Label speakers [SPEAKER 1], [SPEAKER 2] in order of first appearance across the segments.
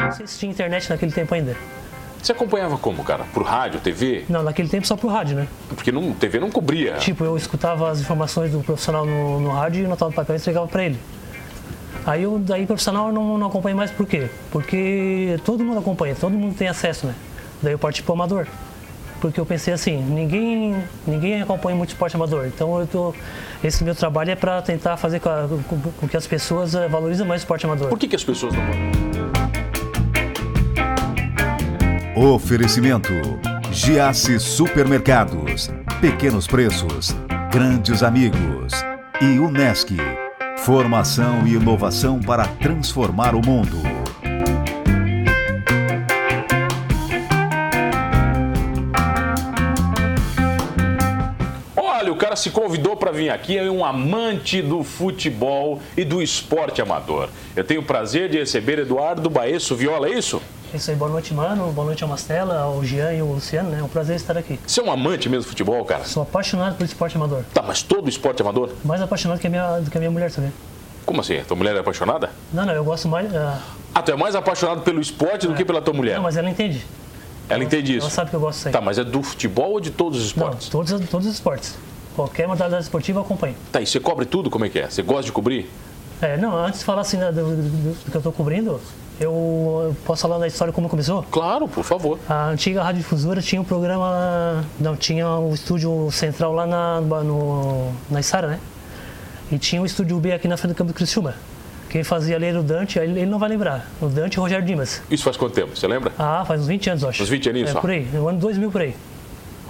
[SPEAKER 1] não sei se tinha internet naquele tempo ainda.
[SPEAKER 2] Você acompanhava como, cara? Por rádio, TV?
[SPEAKER 1] Não, naquele tempo só pro rádio, né?
[SPEAKER 2] Porque não, TV não cobria.
[SPEAKER 1] Tipo, eu escutava as informações do profissional no, no rádio e anotava no papel e entregava pra ele. Aí eu, daí profissional eu não, não acompanho mais por quê? Porque todo mundo acompanha, todo mundo tem acesso, né? Daí eu parti pro amador. Porque eu pensei assim, ninguém, ninguém acompanha muito esporte amador. Então eu tô, esse meu trabalho é para tentar fazer com, a- com- com que as pessoas eh, valorizem mais o esporte amador.
[SPEAKER 2] Por que, que as pessoas não.
[SPEAKER 3] Oferecimento: Giasse Supermercados, Pequenos Preços, Grandes Amigos e Unesc. Formação e inovação para transformar o mundo.
[SPEAKER 2] Olha, o cara se convidou para vir aqui, é um amante do futebol e do esporte amador. Eu tenho o prazer de receber Eduardo Baesso Viola, é isso?
[SPEAKER 1] É isso aí, boa noite, mano. Boa noite ao Mastela, ao Jean e ao Luciano, né? É um prazer estar aqui.
[SPEAKER 2] Você é um amante mesmo do futebol, cara?
[SPEAKER 1] Sou apaixonado pelo esporte amador.
[SPEAKER 2] Tá, mas todo esporte amador?
[SPEAKER 1] Mais apaixonado que a minha, do que a minha mulher também.
[SPEAKER 2] Como assim? Tua mulher é apaixonada?
[SPEAKER 1] Não, não, eu gosto mais. ah,
[SPEAKER 2] Ah, tu é mais apaixonado pelo esporte do que pela tua mulher.
[SPEAKER 1] não, mas ela entende.
[SPEAKER 2] Ela entende
[SPEAKER 1] Ela
[SPEAKER 2] isso.
[SPEAKER 1] sabe que eu gosto disso aí.
[SPEAKER 2] Tá, mas é do futebol ou de todos os
[SPEAKER 1] não,
[SPEAKER 2] esportes?
[SPEAKER 1] todos, todos os esportes. Qualquer modalidade esportiva eu acompanho.
[SPEAKER 2] Tá, e você cobre tudo? Como é que é? Você gosta de cobrir?
[SPEAKER 1] É, não, antes de falar assim né, do, do- do que eu estou cobrindo, eu eu posso falar da história como começou?
[SPEAKER 2] Claro, por favor.
[SPEAKER 1] um né?
[SPEAKER 2] Isso faz quanto tempo? Você lembra?
[SPEAKER 1] Ah, faz uns 20 anos, eu acho.
[SPEAKER 2] Uns 20 aninhos
[SPEAKER 1] é,
[SPEAKER 2] só.
[SPEAKER 1] por aí, no ano 2000 por aí.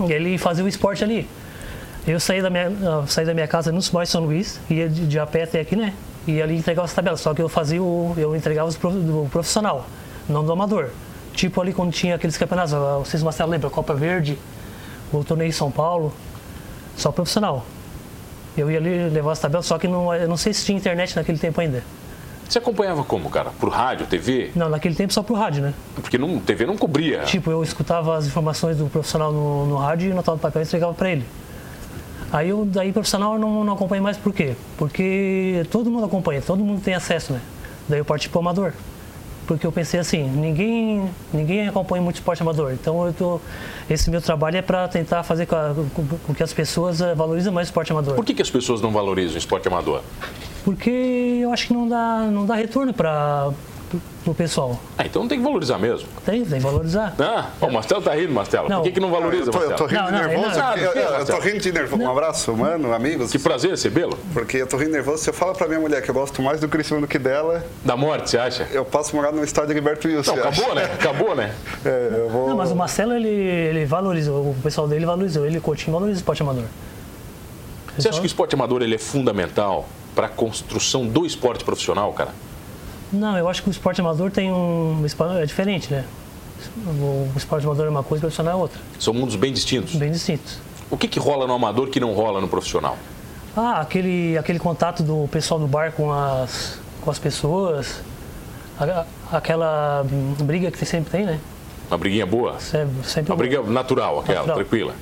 [SPEAKER 1] E ele fazia o esporte ali. Eu saí da minha, ah, saí da minha casa nos bairros São Luís, ia de, de a pé até aqui, né? E ali entregava as tabelas, só que eu fazia o, eu entregava os prof- do profissional, não do amador. Tipo ali quando tinha aqueles campeonatos, ah, vocês Marcelo lembra, Copa Verde, o torneio em São Paulo, só profissional. Eu ia ali levar as tabelas, só que não, eu não sei se tinha internet naquele tempo ainda.
[SPEAKER 2] Você acompanhava como, cara? Por rádio, TV?
[SPEAKER 1] Não, naquele tempo só pro rádio, né?
[SPEAKER 2] Porque não, TV não cobria.
[SPEAKER 1] Tipo, eu escutava as informações do profissional no, no rádio e anotava no papel e entregava para ele. Aí eu, daí profissional eu não, não acompanho mais por quê? Porque todo mundo acompanha, todo mundo tem acesso, né? Daí eu parti pro amador. Porque eu pensei assim, ninguém, ninguém acompanha muito esporte amador. Então eu tô, esse meu trabalho é para tentar fazer com, a- com- com que as pessoas eh, valorizem mais o esporte amador.
[SPEAKER 2] Por que, que as pessoas não valorizam o esporte amador?
[SPEAKER 1] Porque eu acho que não dá, não dá retorno para o pessoal.
[SPEAKER 2] Ah, então tem que valorizar mesmo.
[SPEAKER 1] Tem, tem que valorizar.
[SPEAKER 2] Ah, ó, o Marcelo tá rindo, Marcelo.
[SPEAKER 1] É. Não.
[SPEAKER 2] Por que, que não valoriza,
[SPEAKER 4] Eu tô, eu tô
[SPEAKER 2] Marcelo?
[SPEAKER 1] Não,
[SPEAKER 4] rindo
[SPEAKER 1] não,
[SPEAKER 4] nervoso.
[SPEAKER 1] não.
[SPEAKER 4] porque Eu, eu- eu tô rindo de nervoso. Um abraço, mano, amigos.
[SPEAKER 2] Que prazer recebê-lo.
[SPEAKER 4] Porque eu tô rindo nervoso. Se eu falar pra minha mulher que eu gosto mais do Criciúma do que dela,
[SPEAKER 2] Da morte, você acha?
[SPEAKER 4] eu posso morar no estádio Gilberto Wilson.
[SPEAKER 2] Não,
[SPEAKER 4] eu acho.
[SPEAKER 2] acabou, né? Acabou, né?
[SPEAKER 4] É, eu vou...
[SPEAKER 1] Não, mas o Marcelo, ele, ele valorizou, o pessoal dele valorizou, ele, o Coutinho, valoriza o esporte amador.
[SPEAKER 2] Você acha que o esporte amador ele é fundamental para a construção do esporte profissional, cara?
[SPEAKER 1] Não, eu acho que o esporte amador tem um... espa- é diferente, né? O esporte amador é uma coisa, o profissional é outra,
[SPEAKER 2] São mundos bem distintos.
[SPEAKER 1] bem distintos.
[SPEAKER 2] O que, que rola no amador que não rola no profissional?
[SPEAKER 1] Ah, aquele, aquele contato do pessoal do bar com as, com as pessoas, a- a- aquela hum, briga que sempre tem, né?
[SPEAKER 2] Uma briguinha boa?
[SPEAKER 1] Sempre, sempre
[SPEAKER 2] Uma briga natural, aquela,
[SPEAKER 1] Natural.
[SPEAKER 2] tranquila.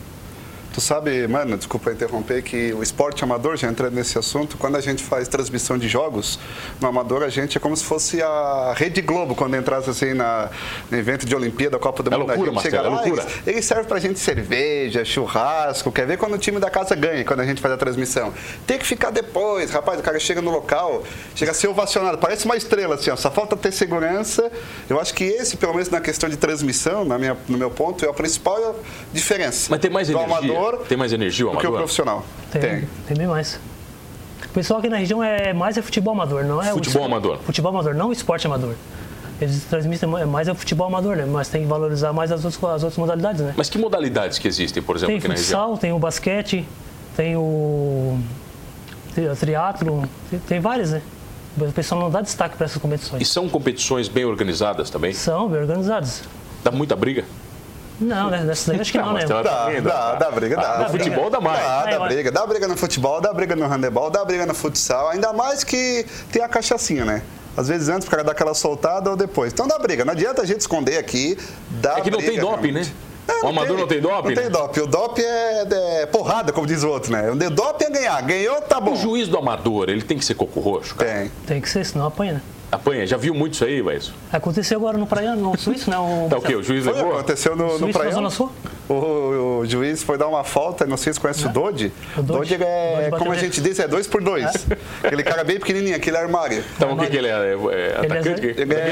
[SPEAKER 4] Tu sabe, mano, desculpa interromper, que o esporte amador, já entrando nesse assunto, quando a gente faz transmissão de jogos, no amador a gente é como se fosse a Rede Globo, quando entrasse assim na, no evento de Olimpíada, Copa do
[SPEAKER 2] É
[SPEAKER 4] Mundo,
[SPEAKER 2] loucura,
[SPEAKER 4] a gente chega
[SPEAKER 2] Marcelo, é
[SPEAKER 4] lá,
[SPEAKER 2] loucura.
[SPEAKER 4] eles, eles servem pra gente cerveja, churrasco, quer ver quando o time da casa ganha, quando a gente faz a transmissão. Tem que ficar depois, rapaz, o cara chega no local, chega a ser ovacionado, parece uma estrela, assim, ó, só falta ter segurança. Eu acho que esse, pelo menos na questão de transmissão, na minha, no meu ponto, é a principal diferença.
[SPEAKER 2] Mas tem mais
[SPEAKER 4] do
[SPEAKER 2] energia?
[SPEAKER 4] amador
[SPEAKER 2] tem mais energia o
[SPEAKER 4] do que o
[SPEAKER 2] amador?
[SPEAKER 4] profissional.
[SPEAKER 1] tem, tem. bem mais. O pessoal aqui na região é mais é futebol amador, não é o
[SPEAKER 2] Futebol
[SPEAKER 1] espo-
[SPEAKER 2] amador.
[SPEAKER 1] Futebol amador, não o esporte amador. Eles transmitem ma- mais é o futebol amador, né? Mas tem que valorizar mais as outras, as outras modalidades, né?
[SPEAKER 2] Mas que modalidades que existem, por exemplo,
[SPEAKER 1] Tem
[SPEAKER 2] aqui na região?
[SPEAKER 1] futsal, tem o basquete, tem o tri- triatlo, tem- tem várias, né? O pessoal não dá destaque para essas
[SPEAKER 2] E
[SPEAKER 1] competições.
[SPEAKER 2] são competições bem organizadas também?
[SPEAKER 1] São bem organizadas.
[SPEAKER 2] Dá muita briga?
[SPEAKER 1] Não, né? Nessas daí acho que não, né?
[SPEAKER 2] mas tá-
[SPEAKER 4] Dá, dá, dá briga, dá.
[SPEAKER 2] Ah, no futebol dá mais.
[SPEAKER 4] Dá,
[SPEAKER 1] É,
[SPEAKER 4] dá
[SPEAKER 1] eu-
[SPEAKER 4] briga. Dá briga no futebol, dá briga no handebol, dá briga no futsal. Ainda mais que tem a cachaçinha, né? Às vezes antes o cara dá aquela soltada ou depois. Então dá briga. Não adianta a gente esconder aqui. Dá
[SPEAKER 2] É que não
[SPEAKER 4] briga,
[SPEAKER 2] tem doping,
[SPEAKER 4] realmente.
[SPEAKER 2] né? O amador não tem doping,
[SPEAKER 4] Não tem
[SPEAKER 2] né?
[SPEAKER 4] doping. O doping é, é porrada, como diz o outro, né? O de doping é ganhar. Ganhou, tá bom.
[SPEAKER 2] O juiz do amador, ele tem que ser coco roxo, cara?
[SPEAKER 4] Tem.
[SPEAKER 1] Tem que ser, senão apanha, né?
[SPEAKER 2] Apanha, já viu muito isso aí, Baesso?
[SPEAKER 1] Aconteceu agora no Praiano, no Suíço, não?
[SPEAKER 2] Tá o quê? O juiz
[SPEAKER 4] Foi,
[SPEAKER 2] levou?
[SPEAKER 4] aconteceu no, no
[SPEAKER 1] Suíço, na
[SPEAKER 4] Praiano.
[SPEAKER 1] Zona Sul?
[SPEAKER 2] Tá
[SPEAKER 4] O, o juiz foi dar uma falta, não sei se conhece o Dodi.
[SPEAKER 1] É. O
[SPEAKER 4] O
[SPEAKER 1] Dodi.
[SPEAKER 4] Dodi,
[SPEAKER 1] O Dodi
[SPEAKER 4] ele é,
[SPEAKER 1] bateu
[SPEAKER 4] como a
[SPEAKER 1] nele. É.
[SPEAKER 4] gente diz, é dois por dois. Aquele cara bem pequenininho, aquele armário.
[SPEAKER 2] Então o que, que ele é? É atacante?
[SPEAKER 1] zagueiro.
[SPEAKER 2] Zagueiro?
[SPEAKER 4] Ele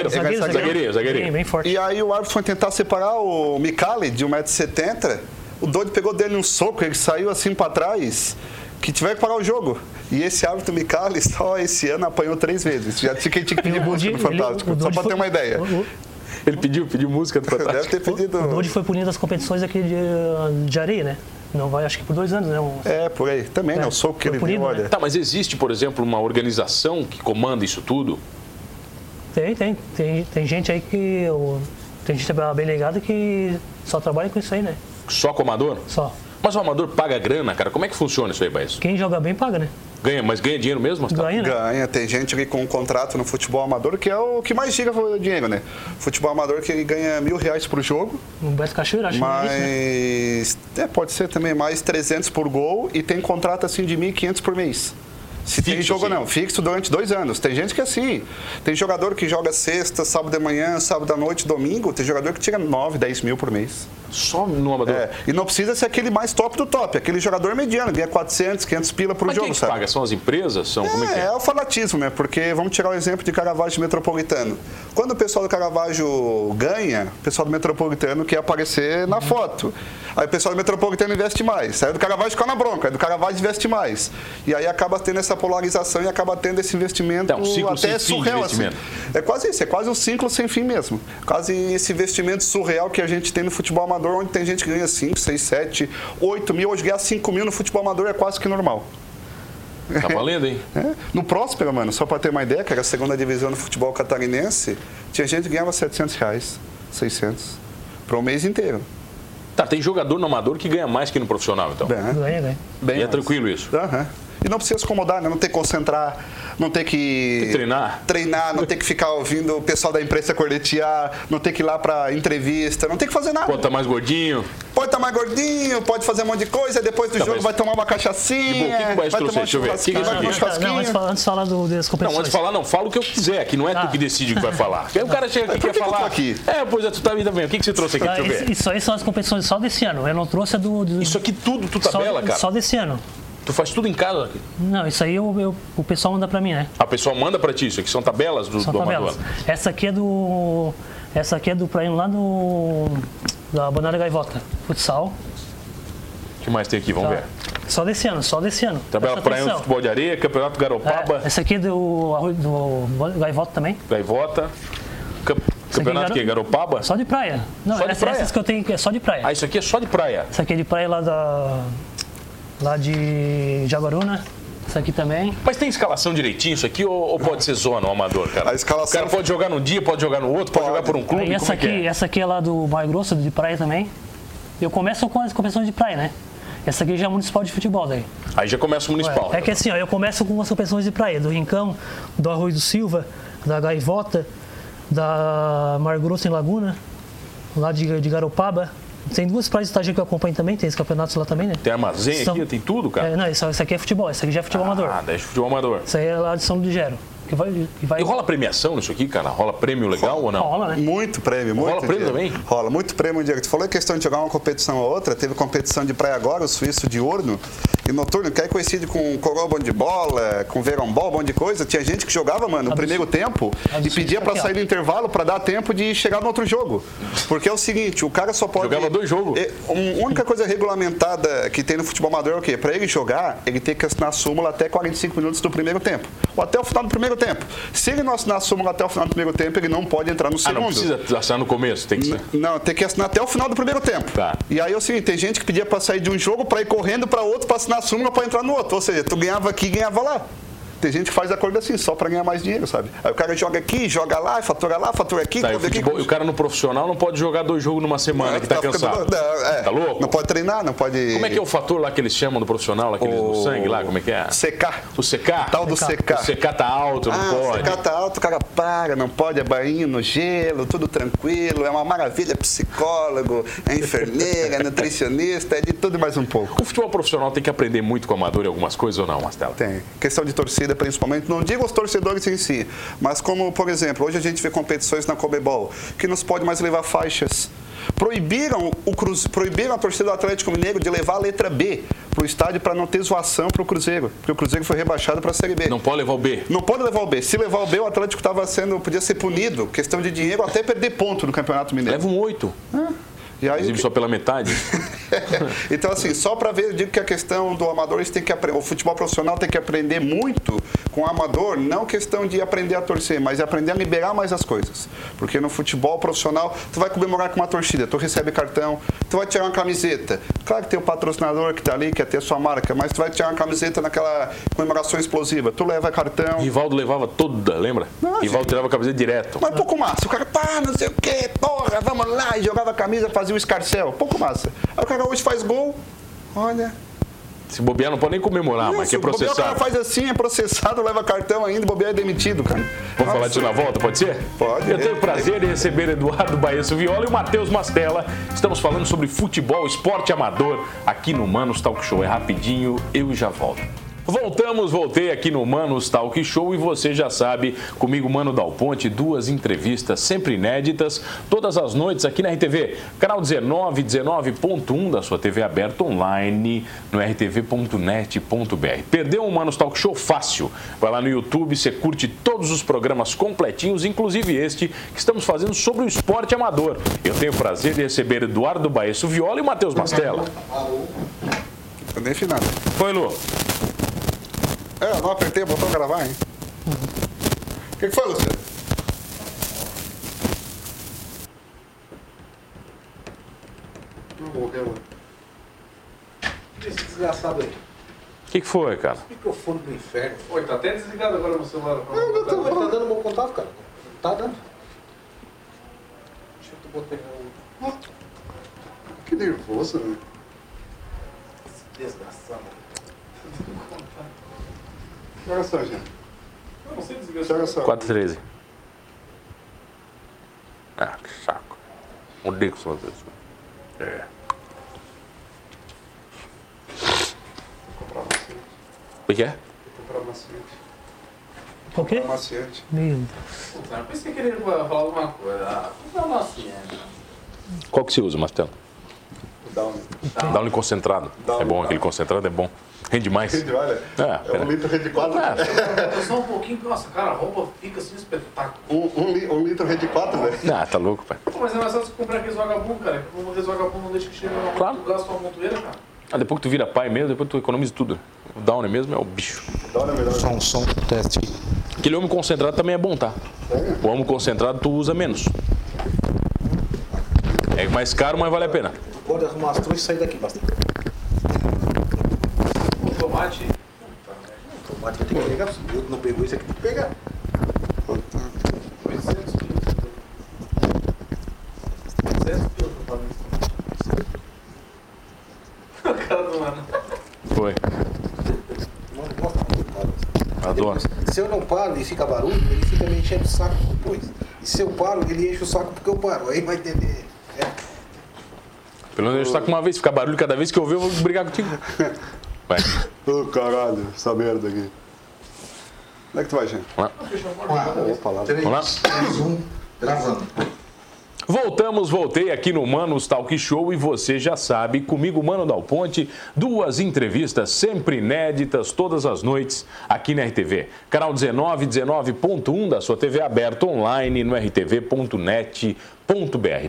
[SPEAKER 4] é
[SPEAKER 2] Zagueirinho, zagueirinho.
[SPEAKER 1] Bem, bem forte.
[SPEAKER 4] E aí o árbitro foi tentar separar o Micali de 1,70m. O Dodi pegou dele um soco, ele saiu assim pra trás, que tiver que parar o jogo. E esse árbitro Micali só esse ano apanhou três vezes. Já tinha que tinha que
[SPEAKER 1] E
[SPEAKER 4] pedir
[SPEAKER 1] o
[SPEAKER 4] busca
[SPEAKER 1] Dodi-
[SPEAKER 4] no Fantástico,
[SPEAKER 1] ele- o
[SPEAKER 4] só
[SPEAKER 1] Dodi
[SPEAKER 4] pra
[SPEAKER 1] foi-
[SPEAKER 4] ter uma ideia.
[SPEAKER 1] o- o-
[SPEAKER 2] Ele pediu, pediu música do
[SPEAKER 4] Deve
[SPEAKER 2] Fantástico.
[SPEAKER 4] ter pedido.
[SPEAKER 1] O Dodi foi punido das competições aqui de, de areia, né? Não vai, acho que por dois anos, né? Um-
[SPEAKER 4] É, por aí. Também, né?
[SPEAKER 1] É,
[SPEAKER 4] O soco que
[SPEAKER 1] foi
[SPEAKER 4] ele
[SPEAKER 1] punido,
[SPEAKER 4] deu, olha.
[SPEAKER 1] né?
[SPEAKER 2] Tá, mas existe, por exemplo, uma organização que comanda isso tudo?
[SPEAKER 1] Tem, tem, tem. Tem gente aí que. o- Tem gente bem ligada que só trabalha com isso aí, né?
[SPEAKER 2] Só com o amador?
[SPEAKER 1] Só.
[SPEAKER 2] Mas o amador paga grana, cara? Como é que funciona isso aí, Baesso?
[SPEAKER 1] Quem joga bem paga, né?
[SPEAKER 2] Ganha, mas ganha dinheiro mesmo? Oscar?
[SPEAKER 1] Ganha, né?
[SPEAKER 4] Ganha, tem gente ali com um contrato no futebol amador que é o que mais gira dinheiro, né? Futebol amador que ele ganha mil reais por jogo,
[SPEAKER 1] O Beto Cachoeira, acho que é isso, né?
[SPEAKER 4] mas é, pode ser também mais 300 por gol e tem contrato assim de 1.500 por mês. Se tem
[SPEAKER 2] Fixo,
[SPEAKER 4] jogo ou
[SPEAKER 2] sim.
[SPEAKER 4] não, fixo durante dois anos. Tem gente que é assim. Tem jogador que joga sexta, sábado de manhã, sábado à noite, domingo. Tem jogador que tira 9, 10 mil por mês.
[SPEAKER 2] Só no amador?
[SPEAKER 4] É, e não precisa ser aquele mais top do top. Aquele jogador mediano, ganha 400, 500 pila por
[SPEAKER 2] Mas
[SPEAKER 4] jogo,
[SPEAKER 2] quem é que
[SPEAKER 4] sabe?
[SPEAKER 2] paga? São as empresas? São, como é que
[SPEAKER 4] É,
[SPEAKER 2] é?
[SPEAKER 4] é o fanatismo, né? Porque vamos tirar o exemplo de Caravaggio Metropolitano. Quando o pessoal do Caravaggio ganha, o pessoal do Metropolitano quer aparecer
[SPEAKER 2] Uhum.
[SPEAKER 4] na foto. Aí o pessoal do Metropolitano investe mais. Aí o do Caravaggio fica na bronca, aí do Caravaggio investe mais. E aí acaba tendo essa polarização e acaba tendo esse investimento
[SPEAKER 2] É um ciclo sem
[SPEAKER 4] até
[SPEAKER 2] fim de
[SPEAKER 4] surreal. assim.
[SPEAKER 2] investimento.
[SPEAKER 4] É quase isso, é quase um ciclo sem fim mesmo. Quase esse investimento surreal que a gente tem no futebol amador, onde tem gente que ganha 5, 6, 7, 8 mil. Hoje ganhar 5 mil no futebol amador é quase que normal.
[SPEAKER 2] Tá valendo, hein?
[SPEAKER 4] É. No Próspera, mano, só pra ter uma ideia, que era a segunda divisão do futebol catarinense, tinha gente que ganhava 700 reais, 600, para o mês inteiro.
[SPEAKER 2] Tá, tem jogador no amador que ganha mais que no profissional, então.
[SPEAKER 4] Bem, né?
[SPEAKER 1] Ganha, ganha.
[SPEAKER 4] bem
[SPEAKER 2] e é
[SPEAKER 4] mais.
[SPEAKER 2] tranquilo isso.
[SPEAKER 4] Aham. E não precisa se incomodar, né? não ter que concentrar, não ter que...
[SPEAKER 2] Tem que treinar.
[SPEAKER 4] Treinar, não ter que ficar ouvindo o pessoal da imprensa cornetear, não ter que ir lá pra entrevista, não ter que fazer nada.
[SPEAKER 2] Pô, tá mais gordinho.
[SPEAKER 4] Pode estar mais gordinho, pode fazer um monte de coisa, depois do
[SPEAKER 2] Tá,
[SPEAKER 4] jogo
[SPEAKER 2] mas-
[SPEAKER 4] vai tomar
[SPEAKER 2] E, bom,
[SPEAKER 4] uma
[SPEAKER 2] o
[SPEAKER 4] cachaçinha,
[SPEAKER 2] que que o Baez
[SPEAKER 4] vai
[SPEAKER 2] trouxe aí?
[SPEAKER 4] tomar um
[SPEAKER 2] Deixa eu ver. O que que
[SPEAKER 4] churrasquinho,
[SPEAKER 2] isso aqui?
[SPEAKER 4] vai tomar um
[SPEAKER 1] Ah, não, antes,
[SPEAKER 4] churrasquinho.
[SPEAKER 1] de falar- antes de falar do, das
[SPEAKER 2] Não,
[SPEAKER 1] competições.
[SPEAKER 2] antes de falar, não, fala o que eu quiser, que não é tu
[SPEAKER 1] Ah.
[SPEAKER 2] que decide o que vai falar. Aí o cara chega aqui e
[SPEAKER 4] Por
[SPEAKER 2] quer
[SPEAKER 4] que que eu tô
[SPEAKER 2] falar.
[SPEAKER 4] aqui?
[SPEAKER 2] É, pois é, tu tá vindo também. O que, que você trouxe aqui?
[SPEAKER 1] Ah,
[SPEAKER 2] Deixa eu
[SPEAKER 1] isso-
[SPEAKER 2] ver.
[SPEAKER 1] Isso aí são as competições só desse ano. Eu não trouxe a do. do-
[SPEAKER 2] Isso aqui tudo tu
[SPEAKER 1] só,
[SPEAKER 2] tabela, cara.
[SPEAKER 1] só desse ano.
[SPEAKER 2] Tu faz tudo em casa. aqui.
[SPEAKER 1] Não, isso aí eu- eu- o pessoal manda pra mim, né?
[SPEAKER 2] A pessoa manda pra ti isso aqui, são tabelas do,
[SPEAKER 1] São
[SPEAKER 2] do
[SPEAKER 1] tabelas.
[SPEAKER 2] amador.
[SPEAKER 1] Essa aqui é do. Essa aqui é do Praino lá do. Da Banana Gaivota. Futsal.
[SPEAKER 2] O que mais tem aqui? Vamos
[SPEAKER 1] Tá?
[SPEAKER 2] ver. é
[SPEAKER 1] Só desse ano, só desse ano.
[SPEAKER 2] Tabela
[SPEAKER 1] Presta
[SPEAKER 2] Praiano de
[SPEAKER 1] atenção.
[SPEAKER 2] Futebol de Areia, Campeonato
[SPEAKER 1] É,
[SPEAKER 2] Garopaba,
[SPEAKER 1] essa aqui é do, arroz- do Gaivota também.
[SPEAKER 2] Gaivota. Cam- Campeonato
[SPEAKER 1] Garo-
[SPEAKER 2] que? Garopaba?
[SPEAKER 1] Só de praia. Não,
[SPEAKER 2] Só de
[SPEAKER 1] essa-
[SPEAKER 2] praia?
[SPEAKER 1] essas que eu tenho aqui é só de praia.
[SPEAKER 2] Ah, isso aqui é só de praia.
[SPEAKER 1] Essa aqui é de praia lá da. Lá de Jaguaruna. Essa aqui também.
[SPEAKER 2] Mas tem escalação direitinho isso aqui ou, ou pode ser zona, o amador, cara?
[SPEAKER 4] A escalação-
[SPEAKER 2] O cara pode jogar num dia, pode jogar no outro, pode,
[SPEAKER 4] Pode.
[SPEAKER 2] jogar por um clube,
[SPEAKER 1] E
[SPEAKER 2] como
[SPEAKER 1] essa
[SPEAKER 2] é que
[SPEAKER 1] aqui,
[SPEAKER 2] é?
[SPEAKER 1] essa aqui é lá do Maio Grosso, de praia também. Eu começo com as competições de praia, né? Essa aqui já é municipal de futebol daí.
[SPEAKER 2] Aí já começa o municipal.
[SPEAKER 1] É que assim, ó, eu começo com as competições de praia, do Rincão, do Arroio do Silva, da Gaivota, da Mar Grosso em Laguna, lá de, de Garopaba. Tem duas praias de Itajaí que eu acompanho também, tem esses campeonatos lá também, né?
[SPEAKER 2] Tem armazém
[SPEAKER 1] São-
[SPEAKER 2] aqui, tem tudo, cara.
[SPEAKER 1] É, não, isso, isso aqui é futebol, isso aqui já é futebol amador.
[SPEAKER 2] Ah, deixa o futebol amador.
[SPEAKER 1] Isso aí é lá de São Ligero. Que vai, que vai...
[SPEAKER 2] E rola premiação nisso aqui, cara? Rola prêmio legal ou não?
[SPEAKER 1] Rola, né?
[SPEAKER 4] Muito prêmio, muito
[SPEAKER 2] Rola prêmio
[SPEAKER 4] dinheiro.
[SPEAKER 2] também?
[SPEAKER 4] Rola, muito prêmio, Diego. Tu falou em questão de jogar uma competição ou outra, teve competição de praia agora, o suíço diurno e noturno, que aí coincide com coroa, bom de bola, com verão bom, um monte de coisa. Tinha gente que jogava, mano, no primeiro tempo
[SPEAKER 1] A do
[SPEAKER 4] e
[SPEAKER 1] suíço
[SPEAKER 4] pedia pra
[SPEAKER 1] aqui, ó.
[SPEAKER 4] sair do intervalo pra dar tempo de chegar no outro jogo. Porque é o seguinte, o cara só pode...
[SPEAKER 2] Jogava dois jogos.
[SPEAKER 4] É, um- A única coisa regulamentada que tem no futebol amador é o quê? Pra ele jogar, ele tem que assinar a súmula até 45 minutos do primeiro tempo. Ou até o final do primeiro tempo. Se ele não assinar a súmula até o final do primeiro tempo, ele não pode entrar no
[SPEAKER 2] Ah,
[SPEAKER 4] segundo.
[SPEAKER 2] não precisa assinar no começo, tem que ser.
[SPEAKER 4] Não, tem que assinar até o final do primeiro tempo.
[SPEAKER 2] Tá.
[SPEAKER 4] E aí é o seguinte, tem gente que pedia pra sair de um jogo pra ir correndo pra outro pra assinar a súmula pra entrar no outro. Ou seja, tu ganhava aqui, ganhava lá. Tem gente que faz acordo assim, só pra ganhar mais dinheiro, sabe? Aí o cara joga aqui, joga lá, fatura lá, fatura aqui,
[SPEAKER 2] Tá, e o,
[SPEAKER 4] come aqui,
[SPEAKER 2] futebol- e o cara no profissional não pode jogar dois jogos numa semana, que tá,
[SPEAKER 4] É, ficando-
[SPEAKER 2] cansado.
[SPEAKER 4] Não, é,
[SPEAKER 2] Tá louco?
[SPEAKER 4] Não pode treinar, não pode.
[SPEAKER 2] Como é que é o fator lá que eles chamam do profissional, lá que eles no sangue lá, como é que é?
[SPEAKER 4] Secar.
[SPEAKER 2] O CK?
[SPEAKER 4] Tal do CK.
[SPEAKER 2] O CK tá alto, não
[SPEAKER 4] Ah,
[SPEAKER 2] pode.
[SPEAKER 4] secar tá alto, o cara para, não pode, é banho no gelo, tudo tranquilo, é uma maravilha, é psicólogo, é enfermeira, é nutricionista, é de tudo e mais um pouco.
[SPEAKER 2] O futebol profissional tem que aprender muito com o amador em algumas coisas ou não, Mastela?
[SPEAKER 4] Tem. Questão de torcida, torcida, principalmente, não digo os torcedores em si, mas como, por exemplo, hoje a gente vê competições na Comebol que não se pode mais levar faixas. Proibiram, o Cruz, proibiram a torcida do Atlético Mineiro de levar a letra B para o estádio para não ter zoação para o Cruzeiro, porque o Cruzeiro foi rebaixado para a Série B.
[SPEAKER 2] Não pode levar o B.
[SPEAKER 4] Não pode levar o B. Se levar o B, o Atlético tava sendo, podia ser punido, questão de dinheiro, até perder ponto no Campeonato Mineiro.
[SPEAKER 2] Leva um 8.
[SPEAKER 4] E aí-
[SPEAKER 2] Exibe só pela metade.
[SPEAKER 4] então, assim, só para ver, eu digo que a questão do amador, eles têm que apre- o futebol profissional tem que aprender muito com o amador, não questão de aprender a torcer, mas é aprender a liberar mais as coisas. Porque no futebol profissional, tu vai comemorar com uma torcida, tu recebe cartão, tu vai tirar uma camiseta. Claro que tem o patrocinador que tá ali, que é ter a sua marca, mas tu vai tirar uma camiseta naquela comemoração explosiva, tu leva cartão.
[SPEAKER 2] Rivaldo levava toda, lembra?
[SPEAKER 4] Não,
[SPEAKER 2] Rivaldo
[SPEAKER 4] gente.
[SPEAKER 2] tirava a camiseta direto.
[SPEAKER 4] Mas pouco massa. O cara, pá, não sei o quê, porra, vamos lá. E jogava a camisa, fazia o escarcel. Pouco massa. Aí o cara hoje faz gol, olha,
[SPEAKER 2] Se bobear, não pode nem comemorar, mas que é
[SPEAKER 4] Isso, bobear, O cara
[SPEAKER 2] processado.
[SPEAKER 4] faz assim, é processado, leva cartão ainda, bobear é demitido, cara.
[SPEAKER 2] Vamos falar disso
[SPEAKER 4] Nossa.
[SPEAKER 2] na volta, pode ser?
[SPEAKER 4] Pode.
[SPEAKER 2] Eu tenho o prazer de receber Eduardo Baesso Viola e o Matheus Mastella. Estamos falando sobre futebol, esporte amador aqui no Manos Talk Show. É rapidinho, eu já volto. Voltamos, voltei aqui no Manos Talk Show e você já sabe, comigo, Mano Dal Ponte, duas entrevistas sempre inéditas, todas as noites aqui na RTV, canal 19, 19.1 da sua TV aberta online no rtv.net.br. Perdeu o Manos Talk Show fácil. Vai lá no YouTube, você curte todos os programas completinhos, inclusive este que estamos fazendo sobre o esporte amador. Eu tenho o prazer de receber Eduardo Baesso Viola e Matheus Mastella.
[SPEAKER 4] Eu nem fiz nada.
[SPEAKER 2] Foi, Lu.
[SPEAKER 4] É, eu não apertei o botão gravar, hein? O que, que foi, Luciano?
[SPEAKER 5] Não morreu, mano. Esse desgraçado aí.
[SPEAKER 2] O que, que foi, cara?
[SPEAKER 5] Microfone do inferno.
[SPEAKER 6] Oi, tá até desligado agora no celular. pra não
[SPEAKER 5] Não, não tá,
[SPEAKER 6] botar.
[SPEAKER 5] mas tá dando bom contato, cara. Tá dando. Deixa eu botar um. pegar o.
[SPEAKER 4] Hum. Que nervoso, né?
[SPEAKER 5] Desgraçado.
[SPEAKER 4] Olha só, gente.
[SPEAKER 6] Eu não sei desligar.
[SPEAKER 4] Olha só.
[SPEAKER 2] 413. Ah, que saco. Odeio que são as pessoas. É. O que é?
[SPEAKER 4] Vou comprar maciante.
[SPEAKER 1] O quê?
[SPEAKER 4] Maciante.
[SPEAKER 1] Meu Deus.
[SPEAKER 6] Puta, eu pensei que ele ia falar alguma coisa. Ah, Não, não, assim, é.
[SPEAKER 2] Qual que se usa, Martelo?
[SPEAKER 4] O Downy.
[SPEAKER 2] Dá um concentrado.
[SPEAKER 4] Dá um-
[SPEAKER 2] é bom aquele concentrado, é bom. Rende mais.
[SPEAKER 4] Gente, olha. É,
[SPEAKER 2] pera.
[SPEAKER 4] um litro Red 4.
[SPEAKER 2] Ah,
[SPEAKER 6] Eu só um pouquinho, nossa, cara, a roupa fica assim um espetáculo.
[SPEAKER 4] Um, um, li- um litro Red 4, velho.
[SPEAKER 2] ah, tá louco, pai.
[SPEAKER 6] Pô, mas é mais fácil comprar aqueles vagabundos, cara. Porque aqueles vagabundos não deixam que chegue uma
[SPEAKER 2] Claro.
[SPEAKER 6] claro. gasto uma montoeira, cara.
[SPEAKER 2] Ah, depois que tu vira pai mesmo, depois tu economiza tudo. O downer mesmo é o bicho.
[SPEAKER 4] Downy é melhor.
[SPEAKER 5] Som, um som, teste.
[SPEAKER 2] Aquele homem concentrado também é bom, tá? O homem concentrado tu usa menos. É mais caro, mas vale a pena.
[SPEAKER 5] Pode arrumar as truas e sair daqui, basta.
[SPEAKER 6] O tomate.
[SPEAKER 5] Tomate vai ter que pegar. Se o é outro não pegou isso aqui, tem que pegar.
[SPEAKER 6] Cara é do ano.
[SPEAKER 2] Foi.
[SPEAKER 5] Mano, nossa, coitado.
[SPEAKER 2] Adoro.
[SPEAKER 5] Se eu não paro e fica barulho, ele fica me enchendo o saco depois. E se eu paro, ele enche o saco porque eu paro. Aí vai entender. É.
[SPEAKER 2] Pelo menos eu estar com uma vez, ficar barulho cada vez que eu ver, eu vou brigar contigo. Vai.
[SPEAKER 4] Ô, caralho, essa merda aqui. Onde é que tu vai, gente? Opa, lá.
[SPEAKER 5] Três,
[SPEAKER 2] lá?
[SPEAKER 5] dois, um, gravando.
[SPEAKER 2] Voltamos, voltei aqui no Manos Talk Show e você já sabe, comigo, Mano Dal Ponte, duas entrevistas sempre inéditas todas as noites aqui na RTV. Canal 19, 19.1 da sua TV aberta online no rtv.net.br.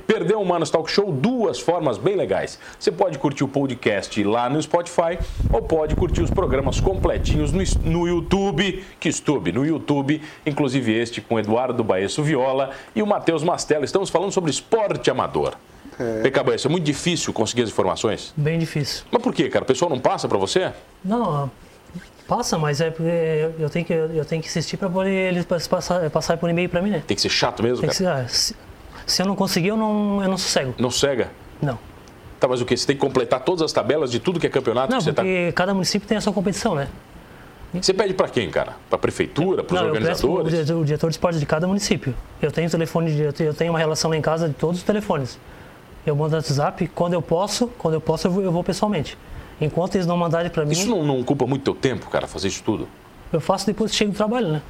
[SPEAKER 2] Perdeu o Manos um Talk Show? Duas formas bem legais. Você pode curtir o podcast lá no Spotify ou pode curtir os programas completinhos no, no YouTube, que estube, no YouTube, inclusive este com Eduardo Baesso Viola e o Matheus Mastella. Estamos falando sobre esporte amador. PK Baesso, é muito difícil conseguir as informações.
[SPEAKER 1] Bem difícil.
[SPEAKER 2] Mas por quê, cara? O pessoal não passa pra você?
[SPEAKER 1] Não, passa, mas é porque eu tenho que, eu tenho que insistir para poder eles pass- passar, passar por e-mail para mim, né?
[SPEAKER 2] Tem que ser chato mesmo,
[SPEAKER 1] Tem
[SPEAKER 2] cara.
[SPEAKER 1] que ser, ah, se, se eu não conseguir, eu não, eu não sossego.
[SPEAKER 2] Não cega.
[SPEAKER 1] Não.
[SPEAKER 2] Tá, mas o quê? Você tem que completar todas as tabelas de tudo que é campeonato
[SPEAKER 1] Não,
[SPEAKER 2] que você tá.
[SPEAKER 1] porque cada município tem a sua competição, né?
[SPEAKER 2] Você pede pra quem, cara? Pra prefeitura, pros
[SPEAKER 1] não, eu peço pro
[SPEAKER 2] organizadores?
[SPEAKER 1] diretor- o diretor de esportes de cada município. Eu tenho telefone, de- eu tenho- eu tenho uma relação lá em casa de todos os telefones. Eu mando no WhatsApp, quando eu posso, quando eu posso eu vou, eu vou pessoalmente. Enquanto eles não mandarem para mim,
[SPEAKER 2] Isso não, não ocupa muito teu tempo, cara, fazer isso tudo?
[SPEAKER 1] Eu faço depois que chego do trabalho, né?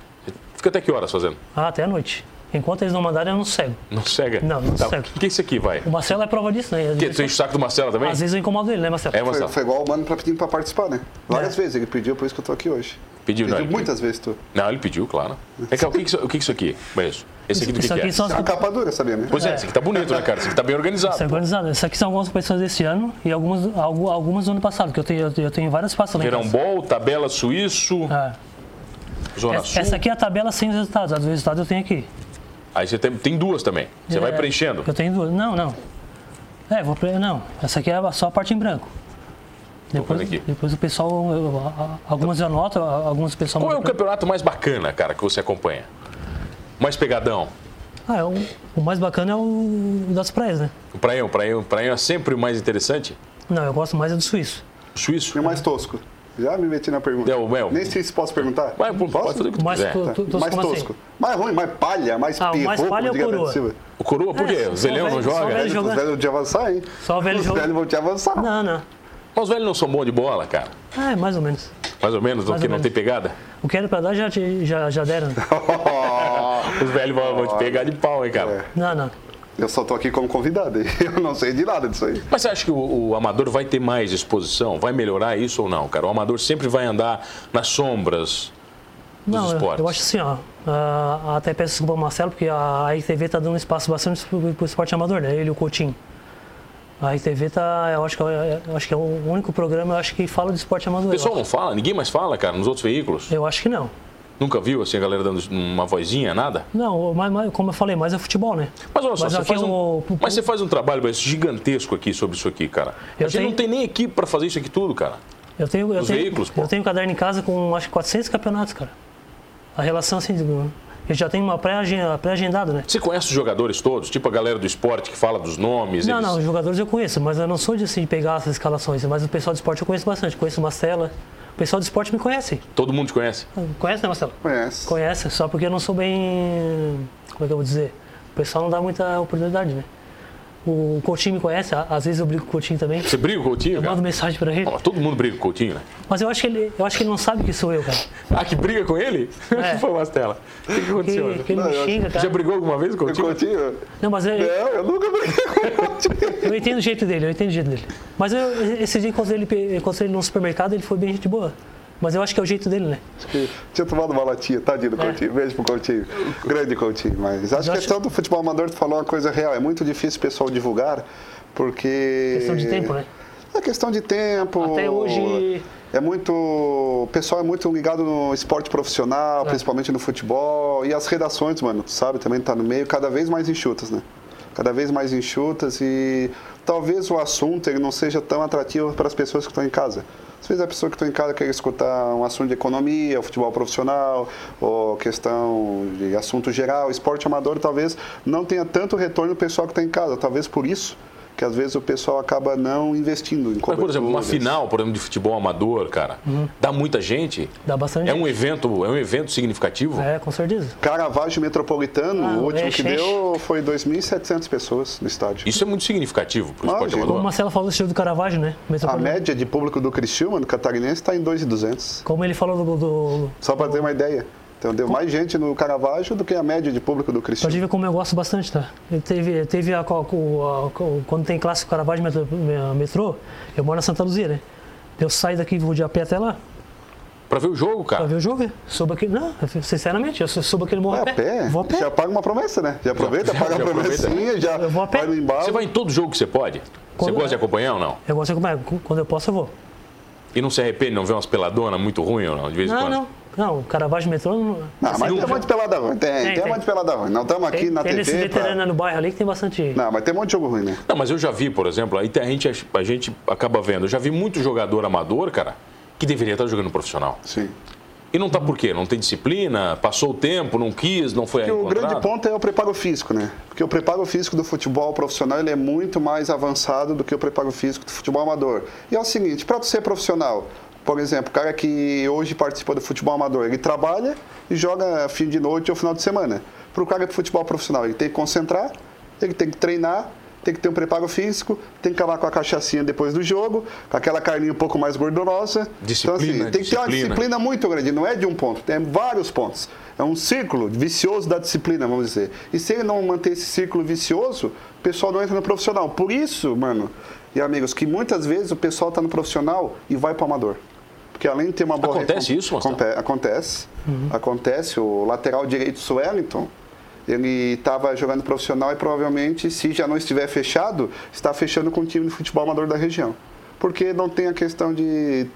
[SPEAKER 2] Fica até que horas fazendo?
[SPEAKER 1] Ah, até a noite. Enquanto eles não mandarem, eu não cego.
[SPEAKER 2] Não cega?
[SPEAKER 1] Não, não
[SPEAKER 2] tá.
[SPEAKER 1] cego.
[SPEAKER 2] O que é isso aqui, vai?
[SPEAKER 1] O Marcelo é prova disso, né? Às
[SPEAKER 2] Que,
[SPEAKER 1] vezes,
[SPEAKER 2] tu enche o saco do Marcelo também?
[SPEAKER 1] às vezes eu incomodo ele, né, Marcelo?
[SPEAKER 2] É,
[SPEAKER 4] Foi,
[SPEAKER 2] Marcelo.
[SPEAKER 4] foi igual o Mano pra pedindo pra participar, né? Várias
[SPEAKER 1] É.
[SPEAKER 4] vezes ele pediu, por isso que eu tô aqui hoje.
[SPEAKER 2] Pediu, não,
[SPEAKER 4] Pediu
[SPEAKER 2] ele
[SPEAKER 4] muitas vezes tu.
[SPEAKER 2] Não, ele pediu, claro. É que, o, que que isso, o que que isso aqui? É isso. Esse aqui do que,
[SPEAKER 1] Isso
[SPEAKER 2] que
[SPEAKER 1] aqui
[SPEAKER 2] é?
[SPEAKER 1] são as
[SPEAKER 4] É uma capa dura, sabia, né?
[SPEAKER 2] Pois é, esse aqui tá bonito, né, cara? Esse aqui tá bem organizado.
[SPEAKER 1] Isso é organizado. Isso aqui são algumas competições desse ano e algumas, algu- algumas do ano passado, que eu tenho, eu tenho- eu tenho várias pastas lá em
[SPEAKER 2] Verão
[SPEAKER 1] casa.
[SPEAKER 2] Ball, Tabela Suíço,
[SPEAKER 1] Ah,
[SPEAKER 2] Zona
[SPEAKER 1] essa
[SPEAKER 2] Sul.
[SPEAKER 1] essa aqui é a tabela sem os resultados. As resultados eu tenho aqui.
[SPEAKER 2] Aí você tem, tem duas também. Você vai
[SPEAKER 1] É,
[SPEAKER 2] preenchendo.
[SPEAKER 1] Eu tenho duas. Não, não. É, vou pre... Não. Essa aqui é a- só a parte em branco. Depois,
[SPEAKER 2] vendo aqui.
[SPEAKER 1] depois o pessoal. eu- eu- a- algumas eu anoto, a- algumas o pessoal.
[SPEAKER 2] Qual é o
[SPEAKER 1] manda pra-
[SPEAKER 2] campeonato mais bacana, cara, que você acompanha? Mais pegadão?
[SPEAKER 1] Ah, é o- o mais bacana é o das praias, né?
[SPEAKER 2] O Praião, o Praião, o Praião é sempre o mais interessante?
[SPEAKER 1] Não, eu gosto mais é do suíço.
[SPEAKER 2] O Suíço?
[SPEAKER 4] E o é mais tosco? Já me meti na pergunta.
[SPEAKER 2] É, o Mel.
[SPEAKER 4] Nem sei se posso perguntar.
[SPEAKER 2] Vai, pô, pode fazer o que tu
[SPEAKER 1] Mas
[SPEAKER 2] quiser.
[SPEAKER 1] tu- tu- tu-
[SPEAKER 4] mais
[SPEAKER 1] como assim?
[SPEAKER 4] tosco. Mais ruim, mais palha, mais
[SPEAKER 1] Ah, o
[SPEAKER 4] pirro,
[SPEAKER 1] mais palha é o
[SPEAKER 4] como diria Beto
[SPEAKER 1] Coroa.
[SPEAKER 4] Silva.
[SPEAKER 2] O Coroa, por quê?
[SPEAKER 1] É,
[SPEAKER 2] o
[SPEAKER 1] só
[SPEAKER 2] Zelhão não
[SPEAKER 1] velho- só
[SPEAKER 2] joga?
[SPEAKER 1] velho
[SPEAKER 4] Os
[SPEAKER 1] jogando.
[SPEAKER 4] velhos vão te avançar, hein?
[SPEAKER 1] Só o velho
[SPEAKER 4] Os
[SPEAKER 1] jogo.
[SPEAKER 4] velhos vão te avançar.
[SPEAKER 1] Não, não.
[SPEAKER 2] Mas os velhos não são bons de bola, cara.
[SPEAKER 1] Ah, é mais ou menos.
[SPEAKER 2] Mais ou menos,
[SPEAKER 1] Mais
[SPEAKER 2] porque
[SPEAKER 1] ou
[SPEAKER 2] não
[SPEAKER 1] menos.
[SPEAKER 2] tem pegada.
[SPEAKER 1] O que era pra dar já, te- já, já deram. né? Ah.
[SPEAKER 2] Os velhos vão, vão te pegar de pau, hein, cara.
[SPEAKER 1] Não, não.
[SPEAKER 4] Eu só tô aqui como convidado, hein? eu não sei de nada disso aí.
[SPEAKER 2] Mas você acha que o, o amador vai ter mais exposição? Vai melhorar isso ou não, cara? O amador sempre vai andar nas sombras dos
[SPEAKER 1] Não, eu-
[SPEAKER 2] esportes.
[SPEAKER 1] eu acho assim, ó. ah, até peço desculpa ao Marcelo, porque a RTV tá dando espaço bastante pro, pro esporte amador, né? Ele e o Coutinho. A RTV tá, eu acho que, é- eu acho que é o único programa, eu acho que fala de esporte amador.
[SPEAKER 2] O pessoal
[SPEAKER 1] eu, É.
[SPEAKER 2] não fala? Ninguém mais fala, cara, nos outros veículos?
[SPEAKER 1] acho. Eu acho que não.
[SPEAKER 2] Nunca viu, assim, a galera dando uma vozinha, nada?
[SPEAKER 1] Não, mas, mas, como eu falei, mais é futebol, né?
[SPEAKER 2] Mas olha só,
[SPEAKER 1] Mas
[SPEAKER 2] você
[SPEAKER 1] aqui
[SPEAKER 2] faz
[SPEAKER 1] é
[SPEAKER 2] um,
[SPEAKER 1] o-
[SPEAKER 2] mas você faz um trabalho Beto, gigantesco aqui sobre isso aqui, cara. a
[SPEAKER 1] Eu
[SPEAKER 2] gente não
[SPEAKER 1] tenho-
[SPEAKER 2] tem nem equipe pra fazer isso aqui tudo, cara.
[SPEAKER 1] Eu tenho, eu
[SPEAKER 2] Os
[SPEAKER 1] tenho,
[SPEAKER 2] veículos, pô.
[SPEAKER 1] eu tenho um caderno em casa com acho que 400 campeonatos, cara. A relação assim, de- eu já tenho uma pré-agen- pré-agendada, né?
[SPEAKER 2] Você conhece os jogadores todos? Tipo a galera do esporte que fala dos nomes?
[SPEAKER 1] Não,
[SPEAKER 2] eles-
[SPEAKER 1] não, os jogadores eu conheço, mas eu não sou de assim, pegar essas escalações, mas o pessoal do esporte eu conheço bastante, conheço o Marcela. O pessoal do esporte me conhece.
[SPEAKER 2] Todo mundo te conhece?
[SPEAKER 1] Conhece, né, Marcelo?
[SPEAKER 4] Conhece.
[SPEAKER 1] Conhece, só porque eu não sou bem. Como é que eu vou dizer? O pessoal não dá muita oportunidade, né? O Coutinho me conhece, a- às vezes eu brigo com o Coutinho também.
[SPEAKER 2] Você briga com o Coutinho,
[SPEAKER 1] Eu
[SPEAKER 2] cara?
[SPEAKER 1] mando mensagem pra ele.
[SPEAKER 2] Não, mas todo mundo briga com o Coutinho, né?
[SPEAKER 1] Mas eu acho que ele, eu acho que ele não sabe que sou eu, cara.
[SPEAKER 2] Ah, que briga com ele?
[SPEAKER 1] É.
[SPEAKER 2] que foi, Mastela? O que, que
[SPEAKER 1] Que,
[SPEAKER 2] aconteceu?
[SPEAKER 1] que ele
[SPEAKER 4] Não,
[SPEAKER 1] me
[SPEAKER 4] eu-
[SPEAKER 1] xinga,
[SPEAKER 2] Já
[SPEAKER 1] cara.
[SPEAKER 2] brigou alguma vez com o
[SPEAKER 4] Eu
[SPEAKER 2] Coutinho?
[SPEAKER 4] Coutinho?
[SPEAKER 1] Não, mas eu,
[SPEAKER 4] Não, eu nunca briguei com o Coutinho.
[SPEAKER 1] eu entendo o jeito dele, eu entendo o jeito dele. Mas eu, esse dia encontrei ele, pe- encontrei ele num supermercado, ele foi bem gente boa. Mas eu acho que é o jeito dele, né?
[SPEAKER 4] Tinha tomado uma latinha, tadinho do Coutinho. Beijo pro Coutinho. Grande Coutinho. Mas acho que a
[SPEAKER 1] É. acho-
[SPEAKER 4] questão do futebol amador, tu falou uma coisa real. É muito difícil o pessoal divulgar, porque...
[SPEAKER 1] Questão de tempo, né?
[SPEAKER 4] É questão de tempo.
[SPEAKER 1] Até hoje-
[SPEAKER 4] É muito. O pessoal é muito ligado no esporte profissional,
[SPEAKER 2] É.
[SPEAKER 4] principalmente no futebol. E as redações, mano, tu sabe, também tá no meio, cada vez mais enxutas, né? Cada vez mais enxutas e talvez o assunto ele não seja tão atrativo para as pessoas que estão em casa. Às vezes a pessoa que está em casa quer escutar um assunto de economia, futebol profissional, ou questão de assunto geral, esporte amador, talvez não tenha tanto retorno o pessoal que está em casa. Talvez por isso que às vezes o pessoal acaba não investindo em
[SPEAKER 2] Mas, por exemplo, uma
[SPEAKER 4] coberturas.
[SPEAKER 2] final, por exemplo, de futebol amador, cara, dá muita gente?
[SPEAKER 1] Uhum. Dá bastante.
[SPEAKER 2] É um evento, é um evento significativo?
[SPEAKER 1] É, com certeza.
[SPEAKER 4] Caravaggio Metropolitano,
[SPEAKER 1] Ah,
[SPEAKER 4] o último que
[SPEAKER 1] é, é.
[SPEAKER 4] deu foi 2.700 pessoas no estádio.
[SPEAKER 2] Isso é muito significativo pro
[SPEAKER 4] Claro,
[SPEAKER 2] esporte
[SPEAKER 4] gente.
[SPEAKER 1] Como o
[SPEAKER 2] amador.
[SPEAKER 1] Marcelo falou do estilo do Caravaggio, né?
[SPEAKER 4] A
[SPEAKER 1] Metropolitano.
[SPEAKER 4] média de público do Criciúma, no catarinense, está em 2.200.
[SPEAKER 1] Como ele falou do. do
[SPEAKER 4] Só para ter uma ideia. Então deu mais gente no Caravaggio do que a média de público do
[SPEAKER 1] pra gente
[SPEAKER 4] Criciúma.
[SPEAKER 1] ver como eu gosto bastante, tá? Ele teve, teve a, co- co- a co- Quando tem clássico Caravaggio metrô, metrô, eu moro na Santa Luzia, né? Eu saio daqui vou de a pé até lá
[SPEAKER 2] Pra ver o jogo,
[SPEAKER 1] pra
[SPEAKER 2] cara.
[SPEAKER 1] ver o jogo. né? Subo aqui. Não, sinceramente, eu subo aquele morro
[SPEAKER 4] Vai
[SPEAKER 1] a
[SPEAKER 4] É, a
[SPEAKER 1] pé.
[SPEAKER 4] pé?
[SPEAKER 1] Vou a pé.
[SPEAKER 4] Já paga uma promessa, né? Já aproveita,
[SPEAKER 2] já-
[SPEAKER 4] paga
[SPEAKER 2] já
[SPEAKER 4] a
[SPEAKER 2] aproveita.
[SPEAKER 4] promessinha, já
[SPEAKER 1] Eu vou a pé.
[SPEAKER 4] vai no
[SPEAKER 2] Você
[SPEAKER 4] embalo.
[SPEAKER 2] vai em todo jogo que você pode? Você
[SPEAKER 1] Quando
[SPEAKER 2] gosta
[SPEAKER 1] é.
[SPEAKER 2] de acompanhar ou não?
[SPEAKER 1] Eu gosto de acompanhar. Quando eu posso, eu vou.
[SPEAKER 2] E não se arrepende, não vê umas peladonas muito ruins ou não, de vez em
[SPEAKER 1] Não,
[SPEAKER 2] quando?
[SPEAKER 1] não. Não, o Caravaggio metrô. Não,
[SPEAKER 4] Não, mas tem um monte de pelada ruim. Tem, tem,
[SPEAKER 1] Tem,
[SPEAKER 4] um
[SPEAKER 1] tem.
[SPEAKER 4] monte de pelada ruim. Não estamos aqui
[SPEAKER 1] tem
[SPEAKER 4] na
[SPEAKER 1] tem esse
[SPEAKER 4] TV pra...
[SPEAKER 1] veterano no bairro ali que tem bastante.
[SPEAKER 4] Não, mas tem um monte de jogo ruim, né?
[SPEAKER 2] Não, mas eu já vi, por exemplo, aí tem- a gente, a gente acaba vendo, eu já vi muito jogador amador, cara, que deveria estar jogando profissional.
[SPEAKER 4] Sim.
[SPEAKER 2] E não tá por quê? Não tem disciplina, passou o tempo, não quis, não foi
[SPEAKER 4] Porque o
[SPEAKER 2] encontrado.
[SPEAKER 4] grande ponto é o preparo físico, né? Porque o preparo físico do futebol profissional ele é muito mais avançado do que o preparo físico do futebol amador. E é o seguinte, para ser profissional, por exemplo, o cara que hoje participa do futebol amador, ele trabalha e joga fim de noite ou final de semana. Para o cara do futebol profissional, ele tem que concentrar, ele tem que treinar, tem que ter um preparo físico, tem que acabar com a cachaçinha depois do jogo, com aquela carninha um pouco mais gordurosa. então,
[SPEAKER 2] Disciplina,
[SPEAKER 4] assim, tem que ter
[SPEAKER 2] disciplina.
[SPEAKER 4] uma disciplina muito grande, não é de um ponto, tem vários pontos. É um círculo vicioso da disciplina, vamos dizer. E se ele não manter esse círculo vicioso, o pessoal não entra no profissional. Por isso, mano, e amigos, que muitas vezes o pessoal tá no profissional e vai pro amador. Porque além de ter uma boa...
[SPEAKER 2] Acontece
[SPEAKER 4] recom-
[SPEAKER 2] isso, Marcelo?
[SPEAKER 4] Aconte- É, Acontece.
[SPEAKER 1] Uhum.
[SPEAKER 4] Acontece. O lateral direito Swellington, ele estava jogando profissional e provavelmente, se já não estiver fechado, está fechando com o time de futebol amador da região. Porque não tem a questão de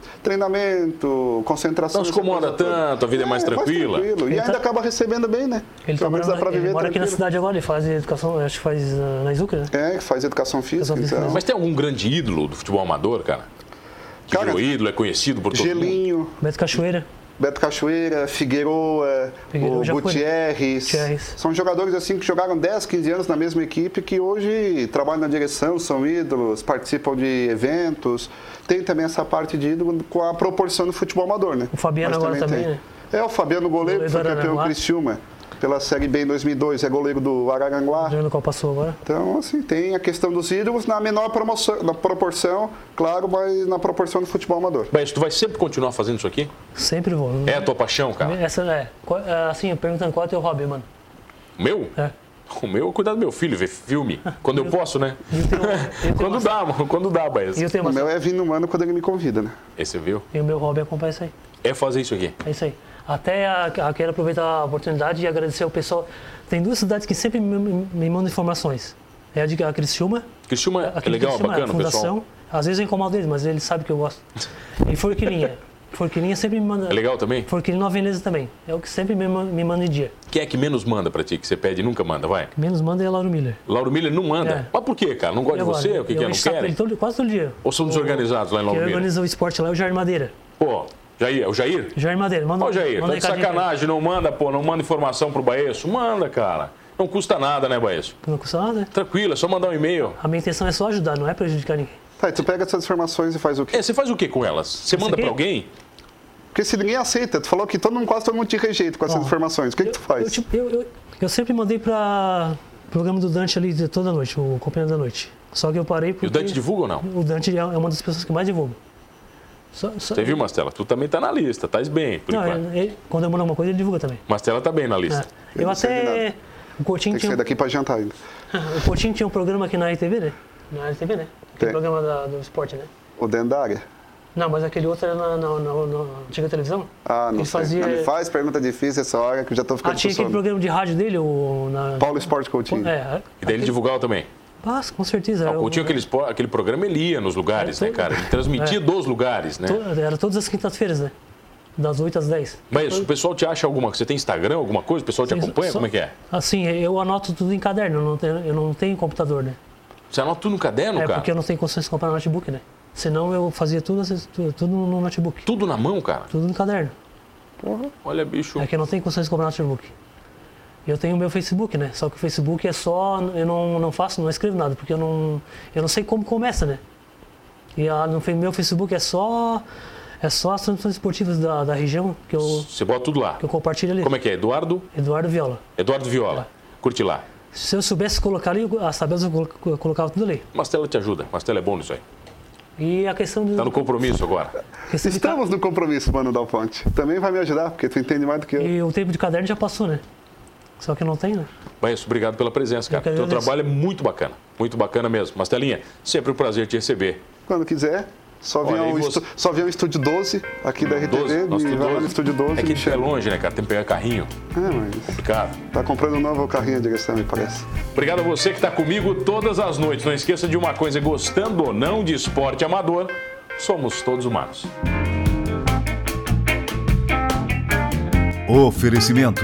[SPEAKER 4] treinamento, concentração.
[SPEAKER 2] Não se incomoda
[SPEAKER 4] essa coisa toda.
[SPEAKER 2] tanto, a vida é mais tranquila.
[SPEAKER 4] E
[SPEAKER 1] Ele
[SPEAKER 4] ainda
[SPEAKER 1] tá-
[SPEAKER 4] acaba recebendo bem, né?
[SPEAKER 1] Ele,
[SPEAKER 4] Pelo
[SPEAKER 1] tá
[SPEAKER 4] menos
[SPEAKER 1] morando,
[SPEAKER 4] dá pra
[SPEAKER 1] ele
[SPEAKER 4] viver
[SPEAKER 1] mora aqui na
[SPEAKER 4] tranquilo.
[SPEAKER 1] cidade agora, ele faz educação, acho que faz ah, na Izuca, né?
[SPEAKER 4] É, que faz educação física.
[SPEAKER 1] Educação física,
[SPEAKER 4] então.
[SPEAKER 1] né?
[SPEAKER 2] Mas tem algum grande ídolo do futebol amador, cara? Que
[SPEAKER 4] Cara,
[SPEAKER 2] virou ídolo, é conhecido por todo mundo.
[SPEAKER 4] Gelinho,
[SPEAKER 1] Beto Cachoeira.
[SPEAKER 4] Beto Cachoeira, Figueroa,
[SPEAKER 1] Figueroa
[SPEAKER 4] o
[SPEAKER 1] já foi, né?
[SPEAKER 4] Gutierrez.
[SPEAKER 1] Gutierrez.
[SPEAKER 4] São jogadores assim que jogaram 10, 15 anos na mesma equipe, que hoje trabalham na direção, são ídolos, participam de eventos. Tem também essa parte de ídolo com a proporção do futebol amador, né?
[SPEAKER 1] O Fabiano agora também,
[SPEAKER 4] tem.
[SPEAKER 1] né?
[SPEAKER 4] É, o Fabiano goleiro,
[SPEAKER 1] Goleiro
[SPEAKER 4] foi
[SPEAKER 1] do
[SPEAKER 4] campeão
[SPEAKER 1] Araranguá.
[SPEAKER 4] Criciúma pela Série B em 2002, é goleiro do Araranguá.
[SPEAKER 1] Jogando qual passou agora.
[SPEAKER 4] Então, assim, tem a questão dos ídolos na menor promoção, na proporção, claro, mas na proporção do futebol amador.
[SPEAKER 2] Mas tu vai sempre continuar fazendo isso aqui?
[SPEAKER 1] Sempre vou.
[SPEAKER 2] É a tua paixão, cara?
[SPEAKER 1] Essa é. Qual- é, Assim, perguntando qual é o teu hobby, mano.
[SPEAKER 2] Meu?
[SPEAKER 1] É.
[SPEAKER 2] O meu é cuidar do meu filho, ver filme. Quando eu posso, né?
[SPEAKER 1] E o teu, e o teu,
[SPEAKER 2] Quando dá, mano. Quando dá, Baez.
[SPEAKER 1] e o teu
[SPEAKER 4] O meu é vindo humano quando ele me convida, né?
[SPEAKER 2] Esse viu?
[SPEAKER 1] E o meu hobby acompanha isso aí.
[SPEAKER 2] É fazer isso aqui.
[SPEAKER 1] É isso aí. Até a, a- quero aproveitar a oportunidade e agradecer ao pessoal. Tem duas cidades que sempre me, me- me mandam informações. É a de a Criciúma.
[SPEAKER 2] Criciúma
[SPEAKER 1] A
[SPEAKER 2] é legal,
[SPEAKER 1] Criciúma,
[SPEAKER 2] bacana,
[SPEAKER 1] a fundação.
[SPEAKER 2] pessoal.
[SPEAKER 1] Às vezes eu incomodo eles, mas eles sabem que eu gosto. E Forquilinha. Forquilinha sempre me manda.
[SPEAKER 2] É legal também?
[SPEAKER 1] Forquilinha Nova Veneza também. É o que sempre me, ma- me manda em dia.
[SPEAKER 2] Quem é que menos manda pra ti, que você pede e nunca manda, vai?
[SPEAKER 1] Menos manda é a Lauro Miller.
[SPEAKER 2] Lauro Miller não manda.
[SPEAKER 1] É.
[SPEAKER 2] Mas por quê, cara? Não gosta de
[SPEAKER 1] Eu
[SPEAKER 2] você?
[SPEAKER 1] gosto.
[SPEAKER 2] O que,
[SPEAKER 1] Eu
[SPEAKER 2] que é? Não
[SPEAKER 1] encho o saco dele
[SPEAKER 2] querem?
[SPEAKER 1] todo- Quase todo dia.
[SPEAKER 2] Ou são desorganizados lá em
[SPEAKER 1] Quem
[SPEAKER 2] Lauro Miller?
[SPEAKER 1] organiza o esporte lá é o Jair Madeira.
[SPEAKER 2] Pô, Jair, é o Jair?
[SPEAKER 1] Jair Madeira, manda
[SPEAKER 2] Ó, Jair,
[SPEAKER 1] manda
[SPEAKER 2] tá de
[SPEAKER 1] recadinho pra ele.
[SPEAKER 2] sacanagem, não manda, pô, não manda informação pro Baesso? Manda, cara. Não custa nada, né, Baesso?
[SPEAKER 1] Não custa nada, né?
[SPEAKER 2] Tranquilo, é só mandar um e-mail.
[SPEAKER 1] A minha intenção é só ajudar, não é prejudicar ninguém.
[SPEAKER 4] Tá, e tu pega essas informações e faz o quê?
[SPEAKER 2] É, você faz o que com elas? Você manda
[SPEAKER 1] aqui?
[SPEAKER 2] pra alguém?
[SPEAKER 4] Porque se ninguém aceita, tu falou que todo mundo, quase todo mundo te rejeita com essas informações. O que, que tu
[SPEAKER 1] Eu,
[SPEAKER 4] faz?
[SPEAKER 1] tipo, eu, eu, eu sempre mandei pra programa do Dante ali de toda noite, o Companheiro da Noite. Só que eu parei porque...
[SPEAKER 2] E o Dante divulga ou não?
[SPEAKER 1] O Dante é uma das pessoas que mais divulga. Só, só-
[SPEAKER 2] Você viu, Mastela? Tu também tá na lista, tá bem, por
[SPEAKER 1] Não,
[SPEAKER 2] enquanto.
[SPEAKER 1] ele- ele- quando eu mando alguma coisa, ele divulga também.
[SPEAKER 2] Mastela tá bem na
[SPEAKER 1] É.
[SPEAKER 2] lista.
[SPEAKER 1] Eu,
[SPEAKER 4] não sei de
[SPEAKER 1] até...
[SPEAKER 4] nada.
[SPEAKER 1] O Coutinho,
[SPEAKER 4] Tem que
[SPEAKER 1] tinha,
[SPEAKER 4] sair daqui pra jantar ainda.
[SPEAKER 1] o Coutinho tinha um programa aqui na RTV, né? Na RTV, né? Aquele
[SPEAKER 4] Tem.
[SPEAKER 1] programa da- do esporte, né?
[SPEAKER 4] O dentro da área.
[SPEAKER 1] Não, mas aquele outro era na, na, na, na antiga televisão.
[SPEAKER 4] Ah, não
[SPEAKER 1] Ele
[SPEAKER 4] sei.
[SPEAKER 1] fazia-
[SPEAKER 4] Não me faz pergunta difícil essa hora que eu já tô
[SPEAKER 1] Ah,
[SPEAKER 4] ficando com
[SPEAKER 1] tinha aquele
[SPEAKER 4] sono.
[SPEAKER 1] programa de rádio dele, o... Na...
[SPEAKER 4] Paulo Esporte Coutinho.
[SPEAKER 1] É,
[SPEAKER 2] E daí ele divulgava também.
[SPEAKER 1] mas, com certeza.
[SPEAKER 2] Ah,
[SPEAKER 1] era
[SPEAKER 2] o Coutinho,
[SPEAKER 1] o-
[SPEAKER 2] aquele, espo- aquele programa, ele ia nos lugares,
[SPEAKER 1] É,
[SPEAKER 2] né,
[SPEAKER 1] todo-
[SPEAKER 2] cara? Ele transmitia
[SPEAKER 1] É.
[SPEAKER 2] dos lugares, né?
[SPEAKER 1] To- Era todas as quintas-feiras, né? Das 8 às 10.
[SPEAKER 2] Mas o pessoal te acha alguma Você tem Instagram, alguma coisa? O pessoal te
[SPEAKER 1] Sim,
[SPEAKER 2] acompanha?
[SPEAKER 1] só-
[SPEAKER 2] Como é que é?
[SPEAKER 1] Assim, eu anoto tudo em caderno, eu não tenho, eu não tenho computador, né?
[SPEAKER 2] Você anota tudo no caderno,
[SPEAKER 1] é
[SPEAKER 2] cara?
[SPEAKER 1] porque eu não tenho condições de comprar notebook, né? Senão eu fazia tudo, assim, tu- tudo no notebook,
[SPEAKER 2] Tudo na mão, cara?
[SPEAKER 1] tudo no caderno.
[SPEAKER 2] Olha, bicho.
[SPEAKER 1] É que eu não tenho condições de comprar notebook. Eu tenho o meu Facebook, né? Só que o Facebook é só. Eu não, não faço, não escrevo nada, porque eu não, eu não sei como começa, né? E a, no fe- meu Facebook é só. É só as transmissões esportivas da, da região que eu,
[SPEAKER 2] Você bota tudo lá.
[SPEAKER 1] que eu compartilho ali.
[SPEAKER 2] Como é que é? Eduardo?
[SPEAKER 1] Eduardo Viola.
[SPEAKER 2] Eduardo Viola.
[SPEAKER 1] É.
[SPEAKER 2] Curte lá.
[SPEAKER 1] Se eu soubesse colocar ali, as tabelas eu colo- eu colocava tudo ali.
[SPEAKER 2] Mastela te ajuda. Mastela é bom nisso aí.
[SPEAKER 1] E a questão de.
[SPEAKER 2] Tá no compromisso agora.
[SPEAKER 1] questão de
[SPEAKER 4] Estamos no compromisso, mano, Dal Ponte. Também vai me ajudar, porque tu entende mais do que
[SPEAKER 1] ca-
[SPEAKER 4] eu.
[SPEAKER 1] E o tempo de caderno já passou, né? Só que não tem, né?
[SPEAKER 2] Baesso, é obrigado pela presença,
[SPEAKER 1] Eu que
[SPEAKER 2] cara. Teu
[SPEAKER 1] agradeço.
[SPEAKER 2] trabalho é muito bacana. Muito bacana mesmo. Mastelinha, sempre um prazer te receber.
[SPEAKER 4] Quando quiser, só
[SPEAKER 2] Olha,
[SPEAKER 4] vier
[SPEAKER 2] e
[SPEAKER 4] um,
[SPEAKER 2] você- Hum,
[SPEAKER 4] estu... só vier um estúdio 12 aqui da RTV,
[SPEAKER 2] nosso
[SPEAKER 4] me vai lá no
[SPEAKER 2] 12.
[SPEAKER 4] estúdio 12
[SPEAKER 2] É
[SPEAKER 4] e me
[SPEAKER 2] que é
[SPEAKER 4] chama.
[SPEAKER 2] longe, né, cara? Tem que pegar carrinho.
[SPEAKER 4] É, mas
[SPEAKER 2] Complicado.
[SPEAKER 4] tá comprando um novo carrinho a direção, me parece.
[SPEAKER 2] Obrigado a você que está comigo todas as noites. Não esqueça de uma coisa: gostando ou não de esporte amador, somos todos humanos.
[SPEAKER 3] Oferecimento: